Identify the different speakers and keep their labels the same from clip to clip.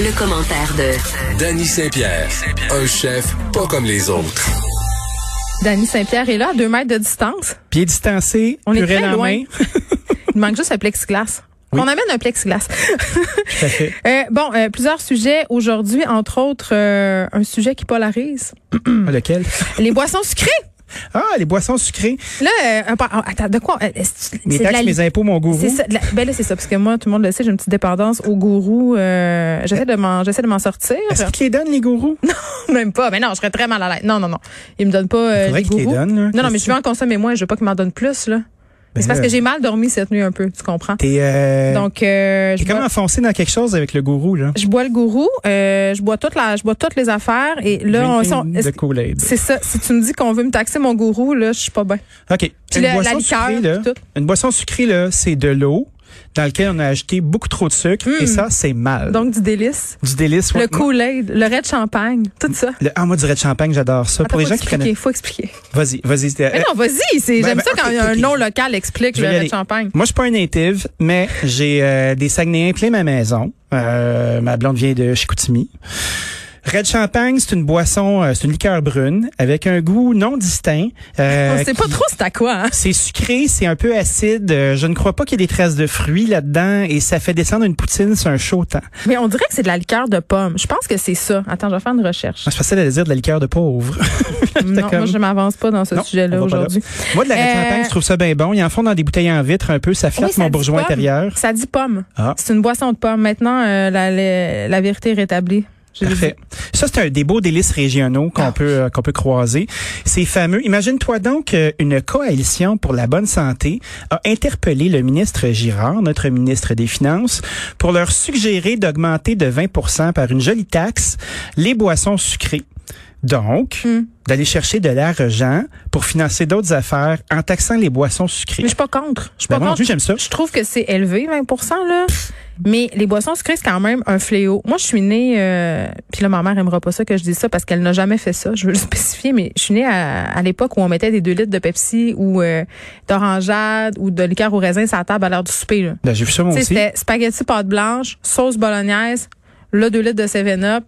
Speaker 1: le commentaire de
Speaker 2: Danny Saint-Pierre, un chef pas comme les autres.
Speaker 3: Danny Saint-Pierre est là, à deux mètres de distance.
Speaker 4: Pieds distancés,
Speaker 3: On est
Speaker 4: purée
Speaker 3: très
Speaker 4: en
Speaker 3: loin.
Speaker 4: main.
Speaker 3: Il manque juste un plexiglas.
Speaker 4: Oui.
Speaker 3: On amène un plexiglas.
Speaker 4: Tout à fait.
Speaker 3: Euh, bon, euh, plusieurs sujets aujourd'hui, entre autres euh, un sujet qui polarise
Speaker 4: Ah, Lequel?
Speaker 3: les boissons sucrées.
Speaker 4: Ah, les boissons sucrées.
Speaker 3: Là, euh, un par- attends, de quoi euh, est-ce-
Speaker 4: Mes
Speaker 3: c'est de la
Speaker 4: taxes,
Speaker 3: li-
Speaker 4: mes impôts, mon gourou.
Speaker 3: C'est ça, de la- ben là c'est ça parce que moi tout le monde le sait, j'ai une petite dépendance au gourou. euh, j'essaie de m'en j'essaie de m'en sortir.
Speaker 4: Est-ce qu'ils te les donnent, les gourous?
Speaker 3: Même pas. Mais non, je serais très mal à l'aise. Non non non. Il me donne pas euh,
Speaker 4: Faudrait
Speaker 3: les
Speaker 4: qu'il te les
Speaker 3: gourous.
Speaker 4: donne, là.
Speaker 3: Non non, mais
Speaker 4: Qu'est-ce
Speaker 3: je vais en consommer moins, je veux pas qu'il m'en donne plus là. Mais c'est parce
Speaker 4: là.
Speaker 3: que j'ai mal dormi cette nuit un peu, tu comprends
Speaker 4: T'es euh,
Speaker 3: Donc euh, je
Speaker 4: t'es comme
Speaker 3: bois-
Speaker 4: enfoncé dans quelque chose avec le gourou, là.
Speaker 3: je bois le gourou, euh, je bois toute la, je bois toutes les affaires et là on, si on-
Speaker 4: Drinking de Kool-Aid.
Speaker 3: c'est ça. Si tu me dis qu'on veut me taxer mon gourou là, je suis pas bien.
Speaker 4: OK.
Speaker 3: Puis le- la liqueur,
Speaker 4: sucrée, là,
Speaker 3: puis tout.
Speaker 4: une boisson sucrée, là, c'est de l'eau dans laquelle on a ajouté beaucoup trop de sucre et ça, c'est mal.
Speaker 3: Hmm. Donc du délice,
Speaker 4: du délice.
Speaker 3: le
Speaker 4: ouais.
Speaker 3: Kool-Aid, le Red Champagne, tout ça.
Speaker 4: Le- ah, moi, du red champagne, j'adore ça. Pour les
Speaker 3: faut
Speaker 4: gens qui
Speaker 3: expliquer,
Speaker 4: connaissent.
Speaker 3: faut expliquer.
Speaker 4: Vas-y, vas-y. c'était-
Speaker 3: Mais non, vas-y, c'est-
Speaker 4: ben,
Speaker 3: j'aime
Speaker 4: ben,
Speaker 3: ça quand
Speaker 4: ok,
Speaker 3: un
Speaker 4: ok.
Speaker 3: nom local explique
Speaker 4: Je
Speaker 3: le
Speaker 4: vais y
Speaker 3: Red
Speaker 4: aller.
Speaker 3: Champagne.
Speaker 4: Moi, je suis pas un native, mais j'ai euh, des Saguenayens plein ma maison. Euh, ma blonde vient de Chicoutimi. Red Champagne, c'est une boisson, euh, c'est une liqueur brune avec un goût non distinct. euh,
Speaker 3: on sait pas
Speaker 4: qui-
Speaker 3: trop c'est à quoi. Hein?
Speaker 4: C'est sucré, c'est un peu acide. euh, je ne crois pas qu'il y ait des traces de fruits là-dedans et ça fait descendre une poutine sur un chaud temps.
Speaker 3: Mais on dirait que c'est de la liqueur de pomme. Je pense que c'est ça. Attends, je vais faire une recherche.
Speaker 4: Ah, C'est facile à dire de la liqueur de pauvre.
Speaker 3: non, moi
Speaker 4: comme-
Speaker 3: je m'avance pas dans ce
Speaker 4: Non, on
Speaker 3: sujet-là
Speaker 4: va pas là.
Speaker 3: aujourd'hui.
Speaker 4: Moi, de la Red
Speaker 3: Euh,
Speaker 4: Champagne, je trouve ça bien bon. Ils en font dans des bouteilles en vitre un peu. Ça flatte
Speaker 3: Oui, ça
Speaker 4: mon
Speaker 3: dit
Speaker 4: bourgeois
Speaker 3: pomme.
Speaker 4: intérieur.
Speaker 3: Ça dit pomme.
Speaker 4: Ah.
Speaker 3: C'est une boisson de pomme. Maintenant, euh, la, la- la vérité est rétablie. Je l'ai
Speaker 4: Parfait.
Speaker 3: dit.
Speaker 4: Ça, c'est un des beaux délices régionaux qu'on
Speaker 3: Ah.
Speaker 4: peut euh, qu'on peut croiser. C'est fameux. Imagine-toi donc euh, une coalition pour la bonne santé a interpellé le ministre Girard, notre ministre des Finances, pour leur suggérer d'augmenter de 20 par une jolie taxe les boissons sucrées. Donc,
Speaker 3: Hmm.
Speaker 4: d'aller chercher de l'argent pour financer d'autres affaires en taxant les boissons sucrées.
Speaker 3: Mais je suis pas contre. Je suis
Speaker 4: Ben,
Speaker 3: pas
Speaker 4: moi non
Speaker 3: contre.
Speaker 4: plus, j'aime ça.
Speaker 3: Je trouve que c'est élevé, 20 là. Mais les boissons sucrées, c'est quand même un fléau. Moi, je suis née, euh, puis là, ma mère aimera pas ça que je dise ça parce qu'elle n'a jamais fait ça. Je veux le spécifier, mais je suis née à, à l'époque où on mettait des 2 litres de Pepsi ou euh, d'orangeade ou de liqueur au raisin sur la table à l'heure du souper. Là.
Speaker 4: Ben, J'ai vu ça moi
Speaker 3: Tu sais,
Speaker 4: aussi.
Speaker 3: c'était spaghetti pâte blanche, sauce bolognaise, le 2 litres de 7-Up,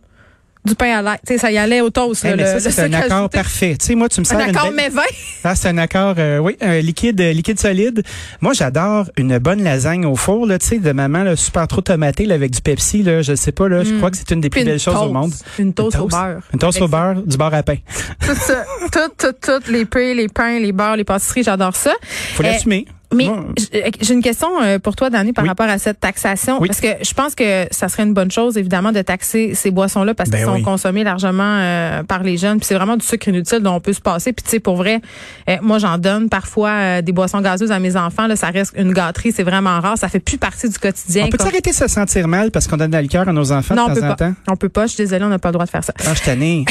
Speaker 3: du pain à l'ail. Tu sais, ça y allait au toast.
Speaker 4: Eh,
Speaker 3: là,
Speaker 4: mais ça,
Speaker 3: le-
Speaker 4: c'est
Speaker 3: le
Speaker 4: un
Speaker 3: sucre
Speaker 4: accord
Speaker 3: ajouté.
Speaker 4: parfait. Tu sais, moi, tu me sers
Speaker 3: Un
Speaker 4: une
Speaker 3: accord,
Speaker 4: belle-
Speaker 3: mais 20.
Speaker 4: Ah, c'est un accord, euh, oui, un liquide, euh, liquide solide. Moi, j'adore une bonne lasagne au four, là, tu sais, de maman, là, super trop tomatée, là, avec du Pepsi, là, je sais pas, là, je crois que c'est une des plus
Speaker 3: Mm. Puis
Speaker 4: belles choses au monde.
Speaker 3: Une toast, au
Speaker 4: toast.
Speaker 3: beurre.
Speaker 4: Une toast
Speaker 3: Avec
Speaker 4: au beurre, du beurre à pain.
Speaker 3: tout ça, tout, tout, tout, les pains, les pains, les beurres, les pâtisseries, j'adore ça.
Speaker 4: Faut
Speaker 3: Euh,
Speaker 4: l'assumer.
Speaker 3: Mais
Speaker 4: Moi,
Speaker 3: j- j'ai une question euh, pour toi, Danny, par
Speaker 4: Oui.
Speaker 3: rapport à cette taxation.
Speaker 4: Oui.
Speaker 3: Parce que je pense que ça serait une bonne chose, évidemment, de taxer ces boissons-là parce
Speaker 4: Ben
Speaker 3: qu'ils sont
Speaker 4: oui.
Speaker 3: consommés largement euh, par les jeunes. Puis c'est vraiment du sucre inutile dont on peut se passer. Puis tu sais, pour vrai, euh, moi, j'en donne parfois euh, des boissons gazeuses à mes enfants. Là, ça reste une gâterie. C'est vraiment rare. Ça fait plus partie du quotidien.
Speaker 4: on peut
Speaker 3: Comme-
Speaker 4: s'arrêter de se sentir mal parce qu'on donne de la liqueur à nos enfants
Speaker 3: non, on
Speaker 4: de
Speaker 3: peut
Speaker 4: temps en
Speaker 3: pas.
Speaker 4: temps?
Speaker 3: On peut pas. Je suis désolée, on n'a pas le droit de faire ça.
Speaker 4: Ah, je suis tanné.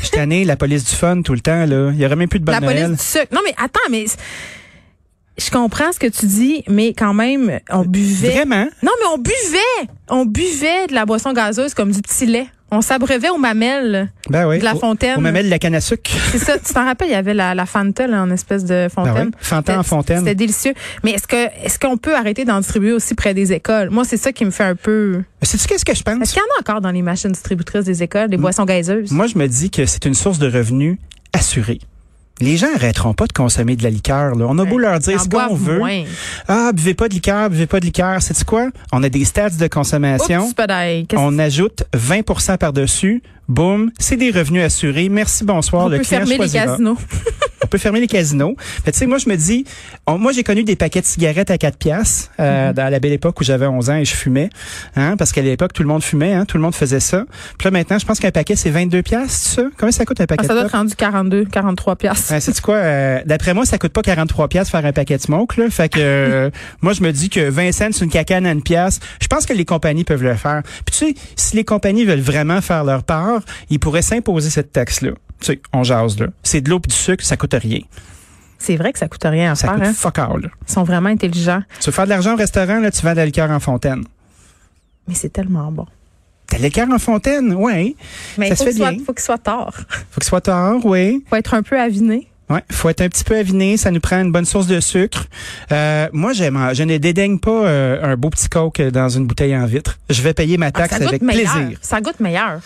Speaker 4: je suis tanné, la police du fun tout le temps, là. Il y aurait même plus de bonne
Speaker 3: la police
Speaker 4: Noël.
Speaker 3: du sucre. Non, mais attends, mais c- je comprends ce que tu dis, mais quand même, on buvait.
Speaker 4: Vraiment?
Speaker 3: Non, mais on buvait. On buvait de la boisson gazeuse comme du petit lait. On s'abreuvait aux mamelles.
Speaker 4: Ben oui.
Speaker 3: De la
Speaker 4: Au-
Speaker 3: fontaine.
Speaker 4: On m'amène de la canne à sucre.
Speaker 3: C'est ça. tu t'en rappelles, il y avait la, la Fanta là, en espèce de fontaine.
Speaker 4: Ben oui. Fanta en
Speaker 3: C'était-
Speaker 4: fontaine.
Speaker 3: C'était délicieux. Mais est-ce que est-ce qu'on peut arrêter d'en distribuer aussi près des écoles? Moi, c'est ça qui me fait un peu.
Speaker 4: Sais-tu qu'est-ce que je pense?
Speaker 3: Est-ce qu'il y en a encore dans les machines distributrices des écoles, des boissons gazeuses?
Speaker 4: Moi, je me dis que c'est une source de revenus assurée. Les gens arrêteront pas de consommer de la liqueur. Là. On a beau leur
Speaker 3: Ils
Speaker 4: dire
Speaker 3: en
Speaker 4: ce qu'on
Speaker 3: boivent
Speaker 4: veut.
Speaker 3: Euh, moins.
Speaker 4: Ah, buvez pas de liqueur, buvez pas de liqueur. C'est quoi? On a des stats de consommation.
Speaker 3: Oups, padaille. Qu'est-ce
Speaker 4: On ajoute 20 par-dessus. Boum, c'est des revenus assurés. Merci, bonsoir.
Speaker 3: qu'on
Speaker 4: le
Speaker 3: peut
Speaker 4: client
Speaker 3: fermer les Ah,
Speaker 4: choisira.
Speaker 3: casinos?
Speaker 4: On peut fermer les casinos. Mais tu sais, moi, je me dis, on- moi, j'ai connu des paquets de cigarettes à 4 piastres euh,
Speaker 3: Mm-hmm.
Speaker 4: dans la belle époque où j'avais 11 ans et je fumais. Hein, parce qu'à l'époque, tout le monde fumait, hein, tout le monde faisait ça. Puis là, maintenant, je pense qu'un paquet, c'est 22 piastres, ça? Combien ça coûte un paquet
Speaker 3: Ah, ça
Speaker 4: de
Speaker 3: doit être rendu 42, 43 piastres.
Speaker 4: c'est quoi euh, d'après moi ça coûte pas 43 pièces faire un paquet de smoke là, fait que euh, moi je me dis que 20 cents une cacane à une pièce. Je pense que les compagnies peuvent le faire. Puis tu sais, si les compagnies veulent vraiment faire leur part, ils pourraient s'imposer cette taxe là. Tu sais, on jase là. C'est de l'eau puis du sucre, ça coûte rien.
Speaker 3: C'est vrai que ça coûte rien à
Speaker 4: Ça
Speaker 3: faire.
Speaker 4: coûte
Speaker 3: hein.
Speaker 4: fuck all. là.
Speaker 3: Ils sont vraiment intelligents,
Speaker 4: Tu veux faire de l'argent au restaurant là, tu vends de la liqueur en fontaine.
Speaker 3: mais c'est tellement bon.
Speaker 4: T'as de la liqueur en fontaine, ouais.
Speaker 3: Mais
Speaker 4: Ça
Speaker 3: il faut
Speaker 4: se fait
Speaker 3: qu'il soit,
Speaker 4: bien.
Speaker 3: faut qu'il soit tard.
Speaker 4: Faut que ce soit tard, ouais.
Speaker 3: Faut être un peu aviné.
Speaker 4: Ouais, faut être un petit peu aviné, ça nous prend une bonne source de sucre. Euh, moi, j'aime, je ne dédaigne pas euh, un beau petit coke dans une bouteille en vitre. Je vais payer ma
Speaker 3: Ah,
Speaker 4: taxe
Speaker 3: ça goûte
Speaker 4: avec
Speaker 3: meilleur.
Speaker 4: plaisir.
Speaker 3: Ça goûte meilleur.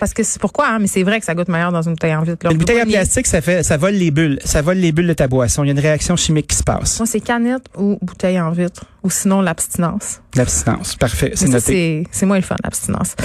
Speaker 3: Parce que c'est pourquoi, hein, mais c'est vrai que ça goûte meilleur dans une bouteille en vitre. là.
Speaker 4: Une
Speaker 3: On peut
Speaker 4: bouteille
Speaker 3: pas
Speaker 4: en
Speaker 3: nier.
Speaker 4: plastique, ça fait, ça vole les bulles, ça vole les bulles de ta boisson. Il y a une réaction chimique qui se passe.
Speaker 3: Moi, c'est canette ou bouteille en vitre, ou sinon l'abstinence.
Speaker 4: L'abstinence, parfait, c'est
Speaker 3: Mais ça,
Speaker 4: noté.
Speaker 3: c'est- c'est moins le fun, l'abstinence.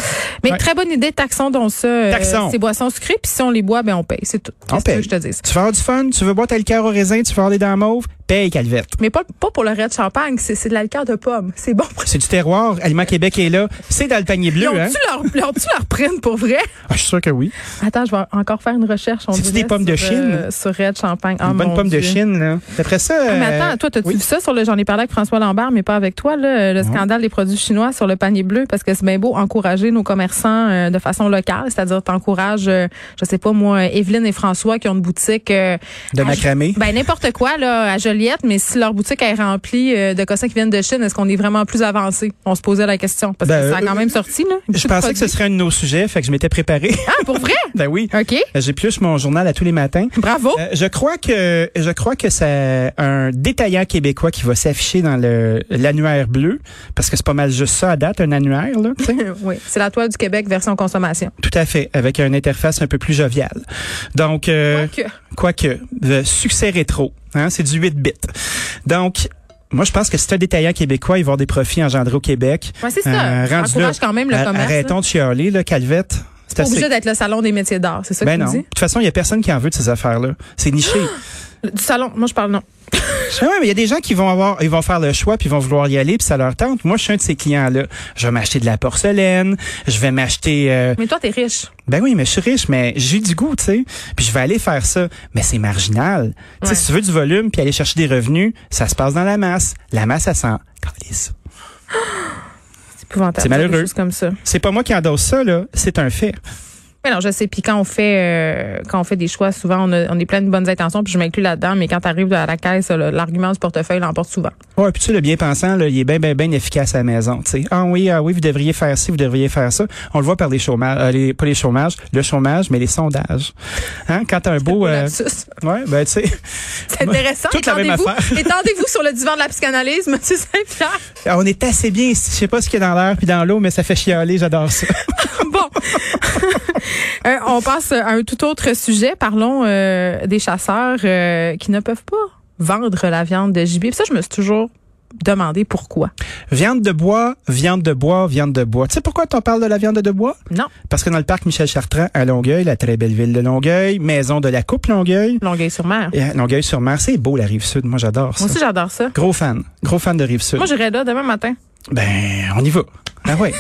Speaker 3: Mais
Speaker 4: Ouais.
Speaker 3: très bonne idée, taxons donc ça, euh,
Speaker 4: Taxons.
Speaker 3: ces boissons sucrées, puis si on les boit, ben on paye, c'est tout.
Speaker 4: On
Speaker 3: Qu'est-ce que tu veux
Speaker 4: paye.
Speaker 3: que je te dise?
Speaker 4: Tu veux avoir du fun, tu veux boire ta liqueur au raisin, tu veux avoir des dents mauves, paye calvette.
Speaker 3: Mais pas, pas pour le raid de champagne, c'est c'est de la liqueur de pomme. C'est bon.
Speaker 4: C'est du terroir, Aliment Québec est là, c'est dans le panier bleu,
Speaker 3: L'ont-tu
Speaker 4: hein?
Speaker 3: leur, l'ont-tu leur prenne pour vrai?
Speaker 4: Ah, je suis sûr que oui.
Speaker 3: Attends, je vais encore faire une recherche. on
Speaker 4: C'est-tu
Speaker 3: dirait,
Speaker 4: des pommes de
Speaker 3: sur,
Speaker 4: Chine?
Speaker 3: euh, sur Red Champagne. Ah,
Speaker 4: Une bonne
Speaker 3: mon
Speaker 4: pomme de
Speaker 3: Dieu.
Speaker 4: Chine, là. Après ça.
Speaker 3: Ah, mais
Speaker 4: euh,
Speaker 3: attends, toi, t'as-tu
Speaker 4: oui.
Speaker 3: vu ça sur le. J'en ai parlé avec François Lambert, mais pas avec toi, là, le scandale des produits chinois sur le panier bleu, parce que c'est bien beau encourager nos commerçants euh, de façon locale, c'est-à-dire t'encourages, euh, je sais pas moi, Evelyne et François qui ont une boutique. euh,
Speaker 4: De
Speaker 3: à-
Speaker 4: macramé.
Speaker 3: Ben n'importe quoi, là, à Joliette, mais si leur boutique est remplie euh, de cossins qui viennent de Chine, est-ce qu'on est vraiment plus avancé? On se posait la question, parce
Speaker 4: Ben,
Speaker 3: que ça a
Speaker 4: euh,
Speaker 3: quand même sorti, là.
Speaker 4: Je pensais que ce serait un de nos sujets, fait que je m'étais préparé.
Speaker 3: Ah, pour vrai?
Speaker 4: ben oui.
Speaker 3: OK.
Speaker 4: J'ai plus mon journal à tous les matins.
Speaker 3: Bravo.
Speaker 4: Euh, je crois que je crois que c'est un détaillant québécois qui va s'afficher dans le l'annuaire bleu parce que c'est pas mal juste ça à date un annuaire là, tu sais.
Speaker 3: oui, c'est la toile du Québec version consommation.
Speaker 4: tout à fait avec une interface un peu plus joviale. Donc euh,
Speaker 3: Quoique.
Speaker 4: quoique le succès rétro, hein, c'est du 8 bits. Donc moi, je pense que c'est un détaillant québécois, il va avoir des profits engendrés au Québec.
Speaker 3: Ouais, c'est ça.
Speaker 4: Euh,
Speaker 3: Ça
Speaker 4: rendu
Speaker 3: encourage quand même le
Speaker 4: Ar-
Speaker 3: commerce. là.
Speaker 4: Arrêtons de chialer, là, Calvette. C'est
Speaker 3: Pas obligé
Speaker 4: assez.
Speaker 3: d'être le salon des métiers d'art, c'est ça
Speaker 4: Ben
Speaker 3: que
Speaker 4: non.
Speaker 3: tu
Speaker 4: De
Speaker 3: dis?
Speaker 4: toute façon, il y a personne qui en veut de ces affaires-là. C'est niché.
Speaker 3: Le- Du salon, moi je parle non.
Speaker 4: Ah ouais, mais il y a des gens qui vont avoir, ils vont faire le choix puis ils vont vouloir y aller puis ça leur tente. Moi, je suis un de ces clients-là. Je vais m'acheter de la porcelaine, je vais m'acheter. euh,
Speaker 3: Mais toi, t'es riche.
Speaker 4: ben oui, mais je suis riche, mais j'ai du goût, tu sais. Puis je vais aller faire ça, mais c'est marginal. Tu sais,
Speaker 3: Ouais.
Speaker 4: si tu veux du volume puis aller chercher des revenus, ça se passe dans la masse. La masse, ça s'en calisse.
Speaker 3: C'est épouvantable.
Speaker 4: C'est malheureux.
Speaker 3: des choses comme ça.
Speaker 4: C'est pas moi qui endosse ça là, c'est un fait.
Speaker 3: Mais Ben non, je sais. Puis quand on fait, euh, quand on fait des choix, souvent on, a- on est plein de bonnes intentions. Puis je m'inclus là-dedans. Mais quand t'arrives à la caisse, le- l'argument du portefeuille l'emporte souvent.
Speaker 4: Ouais, puis tu sais, le bien pensant, là, il est bien, bien, bien efficace à la maison. tu sais. Ah oui, ah oui, vous devriez faire ci, vous devriez faire ça. On le voit par les chômages, euh, les- pas les chômages, le chômage, mais les sondages. Hein, quand t'as un beau, euh,
Speaker 3: Lapsus.
Speaker 4: ouais, ben tu sais,
Speaker 3: C'est intéressant.
Speaker 4: toute la même
Speaker 3: Étendez-vous-
Speaker 4: affaire.
Speaker 3: Étendez-vous sur le divan de la psychanalyse, Monsieur Saint-Pierre.
Speaker 4: on est assez bien ici. Je sais pas ce qu'il y a dans l'air puis dans l'eau, mais ça fait chialer, j'adore ça.
Speaker 3: Bon. Euh, on passe à un tout autre sujet. Parlons euh, des chasseurs euh, qui ne peuvent pas vendre la viande de gibier. Puis ça, je me suis toujours demandé pourquoi.
Speaker 4: viande de bois, viande de bois, viande de bois. Tu sais pourquoi t'en parles de la viande de bois?
Speaker 3: Non,
Speaker 4: Parce que dans le parc Michel Chartrand, à Longueuil, la très belle ville de Longueuil, maison de la coupe Longueuil,
Speaker 3: Longueuil-sur-Mer.
Speaker 4: et Euh, à Longueuil-sur-Mer, c'est beau la rive sud. Moi, j'adore ça.
Speaker 3: Moi aussi, j'adore ça.
Speaker 4: Gros fan, gros fan de rive sud.
Speaker 3: Moi, j'irai là demain matin.
Speaker 4: Ben, on y va. Ah ouais.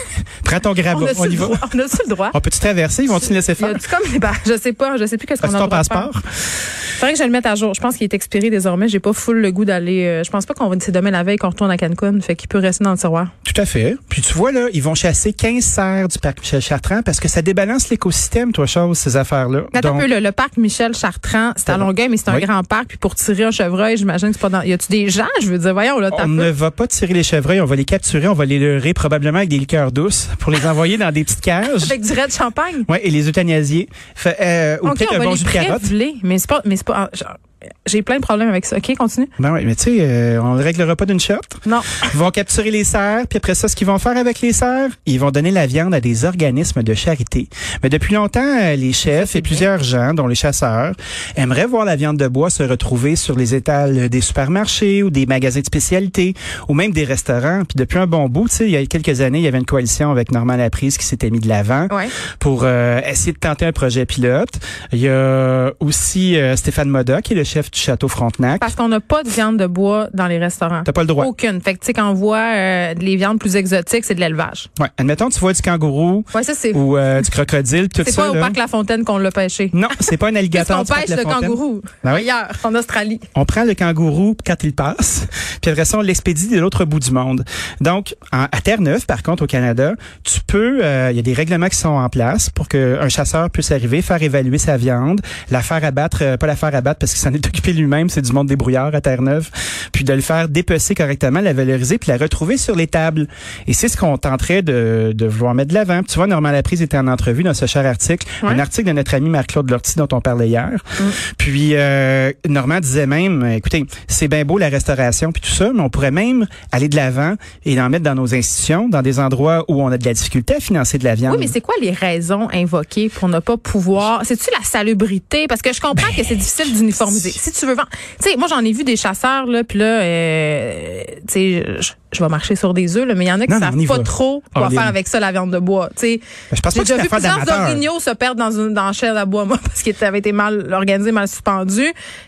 Speaker 4: Prends ton
Speaker 3: On
Speaker 4: grabat,
Speaker 3: a-tu
Speaker 4: Ah on, y
Speaker 3: le
Speaker 4: va.
Speaker 3: droit? On a-tu le droit?
Speaker 4: On peut-tu traverser? Ils vont-tu nous laisser
Speaker 3: Y
Speaker 4: faire?
Speaker 3: a-tu comme, ben, je sais pas, je sais plus qu'est-ce qu'on
Speaker 4: As-tu
Speaker 3: a
Speaker 4: ton
Speaker 3: le droit de faire.
Speaker 4: passeport?
Speaker 3: Faudrait que je le mette à jour. Je pense qu'il est expiré désormais. J'ai pas full le goût d'aller. euh, je pense pas qu'on va c'est demain la veille qu'on retourne à Cancun. Fait qu'il peut rester dans le tiroir.
Speaker 4: Tout à fait. Puis tu vois, là, ils vont chasser 15 cerfs du parc Michel Chartrand parce que ça débalance l'écosystème, toi, chose, ces affaires-là.
Speaker 3: Attends un
Speaker 4: Donc,
Speaker 3: peu, le, le parc Michel Chartrand, c'est à Longueuil, mais c'est un
Speaker 4: Oui.
Speaker 3: grand parc. Puis pour tirer un chevreuil, j'imagine que c'est pas dans. Y a-tu des gens? Je veux dire, voyons, là, t'as
Speaker 4: on ne va pas tirer les chevreuils, on va les capturer, on va les leurrer probablement avec des liqueurs douces pour les envoyer dans des petites cages.
Speaker 3: Avec du raid champagne.
Speaker 4: Ouais, et les euthanasier. Fait, euh, ou
Speaker 3: OK,
Speaker 4: peut-être
Speaker 3: on
Speaker 4: un
Speaker 3: va
Speaker 4: bon
Speaker 3: les
Speaker 4: jus de carotte.
Speaker 3: prévenir. Mais c'est pas. Mais c'est pas. ah, genre, J'ai plein de problèmes avec ça. OK, continue.
Speaker 4: Ben oui, mais tu sais, euh, on ne réglera pas d'une shot.
Speaker 3: Non.
Speaker 4: Ils vont capturer les cerfs, puis après ça, ce qu'ils vont faire avec les cerfs, ils vont donner la viande à des organismes de charité. Mais depuis longtemps, euh, les chefs et plusieurs gens, dont les chasseurs, aimeraient voir la viande de bois se retrouver sur les étals des supermarchés ou des magasins de spécialités ou même des restaurants. Puis depuis un bon bout, tu sais, il y a quelques années, il y avait une coalition avec Normand Laprise qui s'était mis de l'avant
Speaker 3: Ouais.
Speaker 4: pour euh, essayer de tenter un projet pilote. Il y a aussi euh, Stéphane Moda, qui est le chef du château Frontenac.
Speaker 3: Parce qu'on n'a pas de viande de bois dans les restaurants.
Speaker 4: T'as pas le droit.
Speaker 3: Aucune. Fait que, tu sais, quand on voit euh, les viandes plus exotiques, c'est de l'élevage.
Speaker 4: Ouais. Admettons, tu vois du kangourou,
Speaker 3: Ouais, ça, c'est.
Speaker 4: ou euh, du crocodile, tout
Speaker 3: C'est
Speaker 4: ça.
Speaker 3: pas au
Speaker 4: là.
Speaker 3: parc La Fontaine qu'on l'a pêché.
Speaker 4: Non, c'est pas un
Speaker 3: Qu'est-ce
Speaker 4: alligator.
Speaker 3: qu'on
Speaker 4: du parc
Speaker 3: pêche
Speaker 4: La
Speaker 3: le
Speaker 4: Fontaine.
Speaker 3: kangourou?
Speaker 4: Ah oui.
Speaker 3: Ailleurs, en Australie.
Speaker 4: On prend le kangourou quand il passe, puis après ça, on l'expédie de l'autre bout du monde. Donc, en- à Terre-Neuve, par contre, au Canada, tu peux, euh, il y a des règlements qui sont en place pour qu'un chasseur puisse arriver, faire évaluer sa viande, la faire abattre, euh, pas la faire abattre parce que ça en est s'est occupé lui-même, c'est du monde débrouillard à Terre-Neuve, puis de le faire dépecer correctement, la valoriser, puis la retrouver sur les tables. Et c'est ce qu'on tenterait de, de vouloir mettre de l'avant. Puis Tu vois, Normand Laprise était en entrevue dans ce cher article,
Speaker 3: Ouais. Mm.
Speaker 4: un article de notre ami Marc-Claude Lortie dont on parlait hier. Puis euh, Normand disait même, euh, écoutez, c'est bien beau la restauration puis tout ça, mais on pourrait même aller de l'avant et en mettre dans nos institutions, dans des endroits où on a de la difficulté à financer de la viande.
Speaker 3: Oui, mais c'est quoi les raisons invoquées pour ne pas pouvoir? C'est-tu la salubrité? Parce que je comprends que c'est difficile d'uniformiser. Si tu veux vendre. Tu sais, moi, j'en ai vu des chasseurs, là, puis là, euh, tu sais, je, je vais marcher sur des œufs, là, mais il y en a qui
Speaker 4: Non, non, on
Speaker 3: savent
Speaker 4: y
Speaker 3: pas
Speaker 4: va.
Speaker 3: trop quoi
Speaker 4: On est-
Speaker 3: faire avec ça, la viande de bois. Tu sais,
Speaker 4: je
Speaker 3: j'ai
Speaker 4: pense pas que c'est
Speaker 3: déjà
Speaker 4: une
Speaker 3: vu
Speaker 4: affaire
Speaker 3: plusieurs
Speaker 4: d'amateur.
Speaker 3: orignaux se perdre dans une dans la chaîne à bois, moi, parce qu'ils avaient été mal organisés, mal suspendus.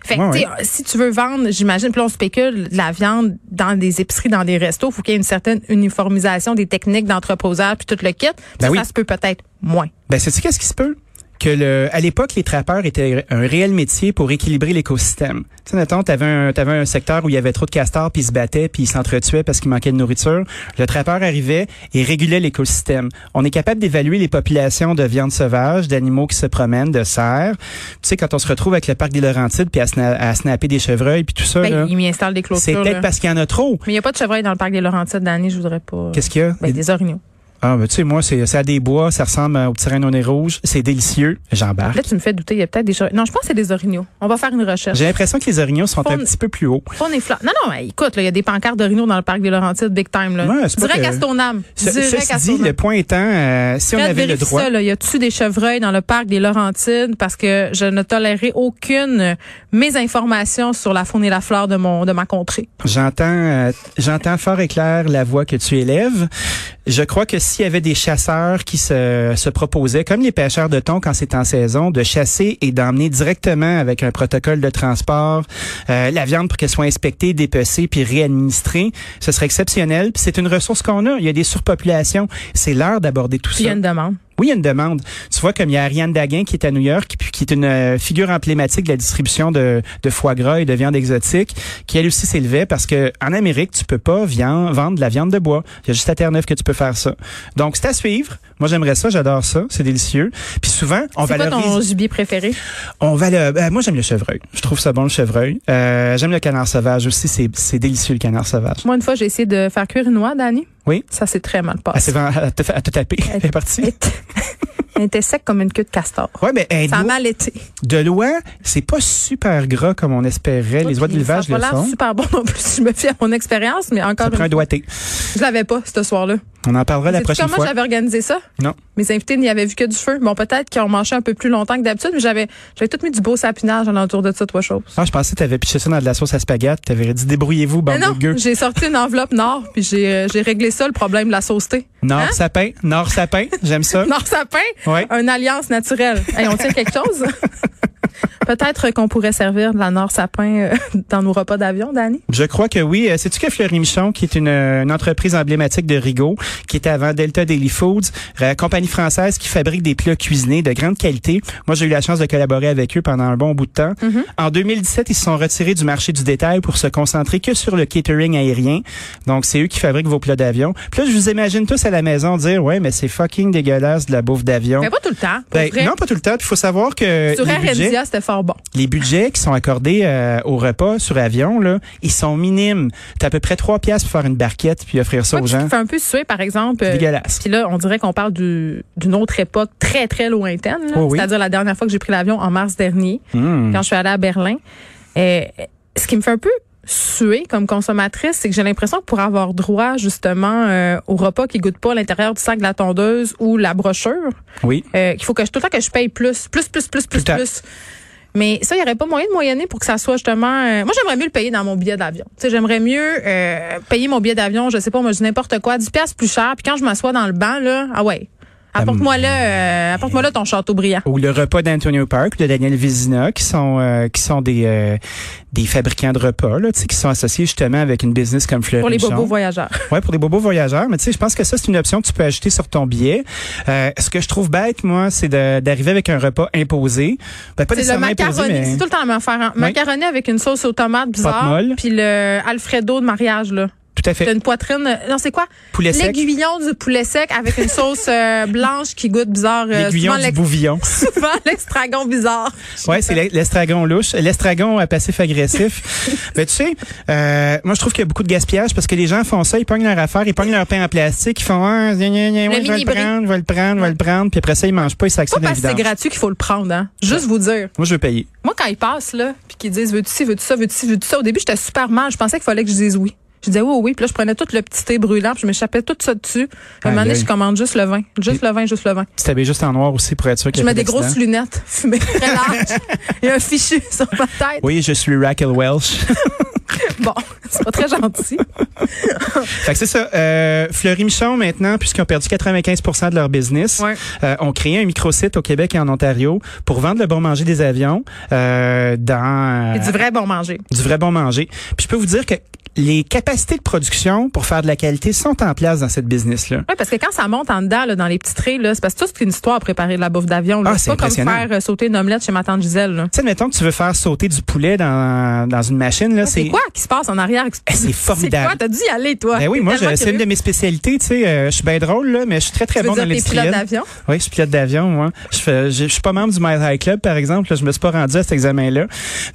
Speaker 3: Fait que,
Speaker 4: Ouais,
Speaker 3: tu sais,
Speaker 4: ouais.
Speaker 3: si tu veux vendre, j'imagine, puis là, on spécule de la viande dans des épiceries, dans des restos, faut qu'il y ait une certaine uniformisation des techniques d'entreposage, puis tout le kit.
Speaker 4: Ben
Speaker 3: ça,
Speaker 4: oui.
Speaker 3: ça se peut peut-être moins.
Speaker 4: Ben, c'est qu'est-ce qui se peut? Que le, à l'époque, les trappeurs étaient un réel métier pour équilibrer l'écosystème. Tu sais, mettons, t'avais un, t'avais un secteur où il y avait trop de castors, puis ils se battaient, puis ils s'entretuaient parce qu'il manquait de nourriture. Le trappeur arrivait et régulait l'écosystème. On est capable d'évaluer les populations de viande sauvage, d'animaux qui se promènent, de cerfs. Tu sais, quand on se retrouve avec le parc des Laurentides, puis à, sna- à snapper des chevreuils, puis tout ça, là,
Speaker 3: Ben, ils m'y installent des
Speaker 4: Euh, c'est
Speaker 3: clôtures.
Speaker 4: peut-être
Speaker 3: là.
Speaker 4: parce qu'il y en a trop.
Speaker 3: Mais il n'y a pas de chevreuil dans le parc des Laurentides, Danny, je voudrais pas.
Speaker 4: Qu'est-ce qu'il y a?
Speaker 3: Ben, des orignaux.
Speaker 4: Ah, ben, tu sais, moi, c'est, c'est à des bois, ça ressemble au petit reine au nez rouge, c'est délicieux, j'embarque.
Speaker 3: Là, tu me fais douter, il y a peut-être des chevreuils. Non, je pense que c'est des orignaux. On va faire une recherche.
Speaker 4: J'ai l'impression que les orignaux sont un
Speaker 3: Faune-
Speaker 4: petit peu plus hauts.
Speaker 3: On est flat. Non, non, mais écoute, là, il y a des pancartes d'orignaux dans le parc des Laurentides, big time. Là.
Speaker 4: Ouais, c'est pas
Speaker 3: Direct
Speaker 4: que-
Speaker 3: à Stoneham.
Speaker 4: Ce-
Speaker 3: Direct
Speaker 4: ceci
Speaker 3: à
Speaker 4: dit,
Speaker 3: Stoneham.
Speaker 4: le point étant, euh, si on
Speaker 3: Fred,
Speaker 4: avait le
Speaker 3: vérifie
Speaker 4: droit,
Speaker 3: Ça, là. Y a-tu des chevreuils dans le parc des Laurentides? Parce que je ne tolérerai aucune euh, mésinformation sur la faune et la flore de mon de ma contrée.
Speaker 4: j'entends, euh, j'entends fort et clair la voix que tu élèves. Je crois que s'il y avait des chasseurs qui se, se proposaient, comme les pêcheurs de thon quand c'est en saison, de chasser et d'emmener directement avec un protocole de transport euh, la viande pour qu'elle soit inspectée, dépecée puis réadministrée, ce serait exceptionnel. Puis c'est une ressource qu'on a. Il y a des surpopulations. C'est l'heure d'aborder tout
Speaker 3: Puis il y
Speaker 4: ça.
Speaker 3: a une demande.
Speaker 4: Oui, il y a une demande. Tu vois, comme il y a Ariane Daguin qui est à New York, puis qui est une euh, figure emblématique de la distribution de, de foie gras et de viande exotique, qui elle aussi s'élevait parce que en Amérique, tu peux pas vian- vendre de la viande de bois. Il y a juste à Terre-Neuve que tu peux faire ça. Donc, c'est à suivre. Moi, j'aimerais ça, j'adore ça, c'est délicieux. Puis souvent, on
Speaker 3: C'est quoi
Speaker 4: valorise...
Speaker 3: ton gibier préféré?
Speaker 4: On va le. ben, moi, j'aime le chevreuil. Je trouve ça bon le chevreuil. Euh, j'aime le canard sauvage aussi. C'est, c'est délicieux le canard sauvage.
Speaker 3: Moi, une fois, j'ai essayé de faire cuire une noix, Danny.
Speaker 4: Oui. Ah,
Speaker 3: Ça s'est très mal
Speaker 4: Elle
Speaker 3: passé.
Speaker 4: s'est vend- elle te euh, fait- elle te taper. Elle est partie.
Speaker 3: Elle était sec comme une queue de castor.
Speaker 4: Ouais, ben, elle
Speaker 3: Ça a
Speaker 4: doit-
Speaker 3: mal été.
Speaker 4: De loin, c'est pas super gras comme on espérait. Eh, Les
Speaker 3: oies
Speaker 4: oies d'élevage
Speaker 3: Ça a
Speaker 4: le
Speaker 3: pas l'air
Speaker 4: sont.
Speaker 3: super bon non plus. si Je me fie à mon expérience, mais encore
Speaker 4: Ça
Speaker 3: une
Speaker 4: prend un
Speaker 3: fois,
Speaker 4: doigté.
Speaker 3: je l'avais pas ce soir-là.
Speaker 4: On en parlera la
Speaker 3: Sais-tu
Speaker 4: prochaine
Speaker 3: comment
Speaker 4: fois.
Speaker 3: j'avais organisé ça?
Speaker 4: Non.
Speaker 3: Mes invités n'y avaient vu que du feu. Bon, peut-être qu'ils ont mangé un peu plus longtemps que d'habitude, mais j'avais, j'avais tout mis du beau sapinage alentour de ça, trois choses.
Speaker 4: Ah, je pensais que t'avais piché ça dans de la sauce à spaghette. T'avais dit débrouillez-vous,
Speaker 3: Mais
Speaker 4: bande
Speaker 3: non,
Speaker 4: de gueux.
Speaker 3: j'ai sorti une enveloppe nord, puis j'ai, euh, j'ai réglé ça, le problème de la sauceté.
Speaker 4: Nord sapin, nord sapin, j'aime ça.
Speaker 3: Nord sapin,
Speaker 4: Ouais.
Speaker 3: une alliance naturelle. Hey, on tient quelque chose? peut-être qu'on pourrait servir de la nord sapin euh, dans nos repas d'avion, Danny.
Speaker 4: Je crois que oui. Euh, Sais-tu que Fleury Michon, qui est une, euh, une entreprise emblématique de Rigaud, qui était avant Delta Daily Foods, euh, compagnie française qui fabrique des plats cuisinés de grande qualité. Moi, j'ai eu la chance de collaborer avec eux pendant un bon bout de temps.
Speaker 3: Mm-hmm.
Speaker 4: En 2017, ils se sont retirés du marché du détail pour se concentrer que sur le catering aérien. Donc, c'est eux qui fabriquent vos plats d'avion. Puis là, je vous imagine tous à la maison dire, ouais, mais c'est fucking dégueulasse de la bouffe d'avion.
Speaker 3: Mais pas tout le temps. Pour
Speaker 4: Ben,
Speaker 3: vrai.
Speaker 4: non, pas tout le temps. Il faut savoir que
Speaker 3: Sur
Speaker 4: les
Speaker 3: Air
Speaker 4: budgets-
Speaker 3: India, c'était fort bon.
Speaker 4: les budgets qui sont accordés euh, au repas sur avion, là, ils sont minimes. T'as à peu près trois piastres pour faire une barquette puis offrir ça
Speaker 3: Moi,
Speaker 4: aux
Speaker 3: ce
Speaker 4: gens.
Speaker 3: qui fait un peu suer, par exemple. euh,
Speaker 4: Dégueulasse.
Speaker 3: Puis là, on dirait qu'on parle du- d'une autre époque très, très lointaine. là.
Speaker 4: Oh oui.
Speaker 3: C'est-à-dire la dernière fois que j'ai pris l'avion en mars dernier,
Speaker 4: Mm.
Speaker 3: quand je suis allée à Berlin. Euh, ce qui me fait un peu suer comme consommatrice, c'est que j'ai l'impression que pour avoir droit justement euh, au repas qui goûte pas à l'intérieur du sac de la tondeuse ou la brochure,
Speaker 4: Oui.
Speaker 3: euh, qu'il faut que je, tout le temps que je paye plus, plus, plus, plus, plus,
Speaker 4: Tout à-
Speaker 3: plus. Mais ça, il n'y aurait pas moyen de moyenner pour que ça soit justement. euh, moi, j'aimerais mieux le payer dans mon billet d'avion. Tu sais, j'aimerais mieux euh, payer mon billet d'avion, je sais pas, moi, je dis n'importe quoi, 10 piastres plus cher. Puis quand je m'assois dans le banc, là, ah ouais, apporte-moi là, euh, apporte-moi là ton château brillant.
Speaker 4: Ou le repas d'Antonio Park, de Daniel Vizina, qui sont euh, qui sont des euh, des fabricants de repas, là, tu sais, qui sont associés justement avec une business comme Fleury
Speaker 3: Pour les bobos
Speaker 4: Michon.
Speaker 3: voyageurs.
Speaker 4: Ouais, pour des bobos voyageurs. Mais tu sais, je pense que ça, c'est une option que tu peux acheter sur ton billet. Euh, ce que je trouve bête, moi, c'est de- d'arriver avec un repas imposé. Ben, pas
Speaker 3: C'est le
Speaker 4: nécessairement
Speaker 3: macaroni,
Speaker 4: imposé, mais
Speaker 3: c'est tout le temps la même affaire. hein.
Speaker 4: Oui.
Speaker 3: Macaroni avec une sauce aux tomates
Speaker 4: Pâte
Speaker 3: bizarre,
Speaker 4: molle.
Speaker 3: puis le Alfredo de mariage là.
Speaker 4: tout Tout à fait.
Speaker 3: T'as une poitrine. euh, Non, c'est quoi?
Speaker 4: Poulet sec.
Speaker 3: L'aiguillon du poulet sec avec une sauce euh, blanche qui goûte bizarre. euh,
Speaker 4: L'aiguillon
Speaker 3: souvent
Speaker 4: du
Speaker 3: l'ex-
Speaker 4: bouvillon.
Speaker 3: souvent l'extragon bizarre.
Speaker 4: Ouais, c'est l'e- l'estragon louche, l'estragon euh, passif-agressif. Mais tu sais, euh, moi je trouve qu'il y a beaucoup de gaspillage parce que les gens font ça, ils pognent leur affaire, ils pognent leur pain en plastique, ils font ah, gna, gna, gna, ouais, je vais le
Speaker 3: mini-brie.
Speaker 4: prendre, je vais le prendre, je vais le prendre, puis après ça ils mangent pas, ils
Speaker 3: Pas
Speaker 4: s'accident dans
Speaker 3: parce que c'est
Speaker 4: le vidange.
Speaker 3: gratuit qu'il faut le prendre, hein. Juste vous dire.
Speaker 4: Moi je veux payer.
Speaker 3: Moi, quand ils passent, là, puis qu'ils disent veux-tu ci, veux-tu ça, veux-tu ci, veux-tu ça, au début, j'étais super mal. Je pensais qu'il fallait que je dise oui. Je disais oui, oui, oui. Puis là, je prenais tout le petit thé brûlant, puis je m'échappais tout ça dessus. À un moment donné,
Speaker 4: Aïe, aïe.
Speaker 3: je commande juste le vin. Juste le vin, juste le vin.
Speaker 4: Tu t'habilles juste en noir aussi pour être sûr qu'il
Speaker 3: Je
Speaker 4: y
Speaker 3: mets
Speaker 4: a
Speaker 3: des
Speaker 4: pas
Speaker 3: grosses
Speaker 4: d'accident.
Speaker 3: lunettes fumées très larges. Il y a un fichu sur ma tête.
Speaker 4: Oui, je suis Raquel Welsh.
Speaker 3: Bon, c'est pas très gentil.
Speaker 4: fait que c'est ça. Euh, Fleury Michon, maintenant, puisqu'ils ont perdu 95 de leur business,
Speaker 3: Ouais.
Speaker 4: euh, ont créé un microsite au Québec et en Ontario pour vendre le bon manger des avions euh, dans...
Speaker 3: C'est du vrai bon manger.
Speaker 4: du vrai bon manger. Puis je peux vous dire que les capacités de production pour faire de la qualité sont en place dans cette business-là.
Speaker 3: Oui, parce que quand ça monte en dedans, là, dans les petits traits, là, c'est parce que tout, c'est une histoire à préparer de la bouffe d'avion. là.
Speaker 4: Ah,
Speaker 3: c'est
Speaker 4: c'est
Speaker 3: pas comme
Speaker 4: impressionnant. Ah,
Speaker 3: faire euh, sauter une omelette chez ma tante Gisèle. là.
Speaker 4: Tu sais, admettons que tu veux faire sauter du poulet dans, dans une machine, là,
Speaker 3: Ah, C'est
Speaker 4: c'est... Eh,
Speaker 3: quoi qui se passe en arrière?
Speaker 4: c'est formidable.
Speaker 3: C'est quoi? T'as dû y aller, toi.
Speaker 4: Ben oui,
Speaker 3: T'es
Speaker 4: moi, je-
Speaker 3: tellement
Speaker 4: c'est une
Speaker 3: curieux.
Speaker 4: de mes spécialités, tu sais. euh, je suis bien drôle, là, mais je suis très, très
Speaker 3: Tu veux
Speaker 4: bon dans
Speaker 3: dire t'es
Speaker 4: l'industriel.
Speaker 3: pilote d'avion?
Speaker 4: Oui, je suis pilote d'avion, moi. Je fais, je, je suis pas membre du My High Club, par exemple. là. je me suis pas rendu à cet examen-là.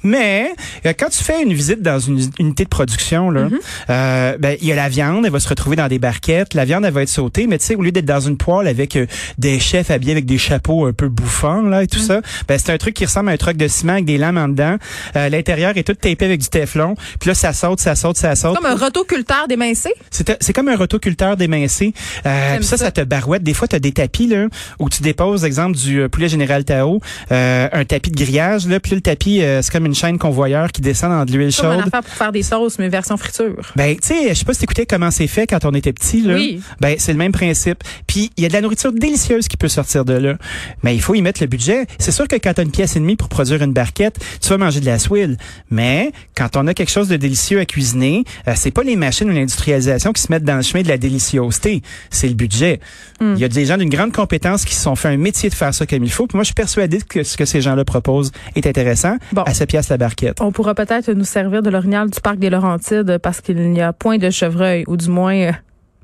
Speaker 4: Mais euh, quand tu fais une visite dans une usi- unité de production, là,
Speaker 3: Mm-hmm.
Speaker 4: euh, ben, il y a la viande, elle va se retrouver dans des barquettes. La viande, elle va être sautée, mais tu sais, au lieu d'être dans une poêle avec euh, des chefs habillés avec des chapeaux un peu bouffants, là, et
Speaker 3: Mm.
Speaker 4: tout ça, ben, c'est un truc qui ressemble à un truc de ciment avec des lames en dedans. Euh, L'intérieur est tout tapé avec du téflon. Puis là, ça saute, ça saute, ça saute.
Speaker 3: Comme un rotoculteur d'émincé?
Speaker 4: C'est c'est comme un rotoculteur d'émincé. Euh, puis ça, ça,
Speaker 3: ça.
Speaker 4: te barouette. Des fois, tu as des tapis là, où tu déposes, exemple, du euh, poulet général Tao, euh, un tapis de grillage. Là, puis là, le tapis, euh, c'est comme une chaîne convoyeur qui descend dans de l'huile
Speaker 3: Comme une
Speaker 4: chaude.
Speaker 3: affaire pour faire des sauces, mais version friture.
Speaker 4: Ben, tu sais, je sais pas si t'écoutais comment c'est fait quand on était petit, là.
Speaker 3: Oui.
Speaker 4: Ben, c'est le même principe. Puis, il y a de la nourriture délicieuse qui peut sortir de là. Mais il faut y mettre le budget. C'est sûr que quand t'as une pièce et demie pour produire une barquette, tu vas manger de la swile. Mais, quand on a quelque chose de délicieux à cuisiner, euh, c'est pas les machines ou l'industrialisation qui se mettent dans le chemin de la déliciosité. C'est le budget. Il
Speaker 3: Hmm.
Speaker 4: y a des gens d'une grande compétence qui se sont fait un métier de faire ça comme il faut. Puis moi, je suis persuadé que ce que ces gens-là proposent est intéressant.
Speaker 3: Bon.
Speaker 4: À cette pièce, la barquette.
Speaker 3: On pourra peut-être nous servir de l'orignal du parc des Laurentides euh, parce qu'il n'y a point de chevreuil, ou du moins, euh,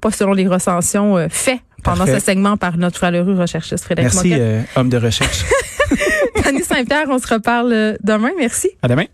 Speaker 3: pas selon les recensions euh, faits pendant
Speaker 4: Parfait.
Speaker 3: ce segment par notre valeureux recherchiste Frédéric
Speaker 4: Merci,
Speaker 3: Moquette.
Speaker 4: euh, homme de recherche.
Speaker 3: Annie Saint-Pierre, on se reparle euh, demain. Merci.
Speaker 4: à demain.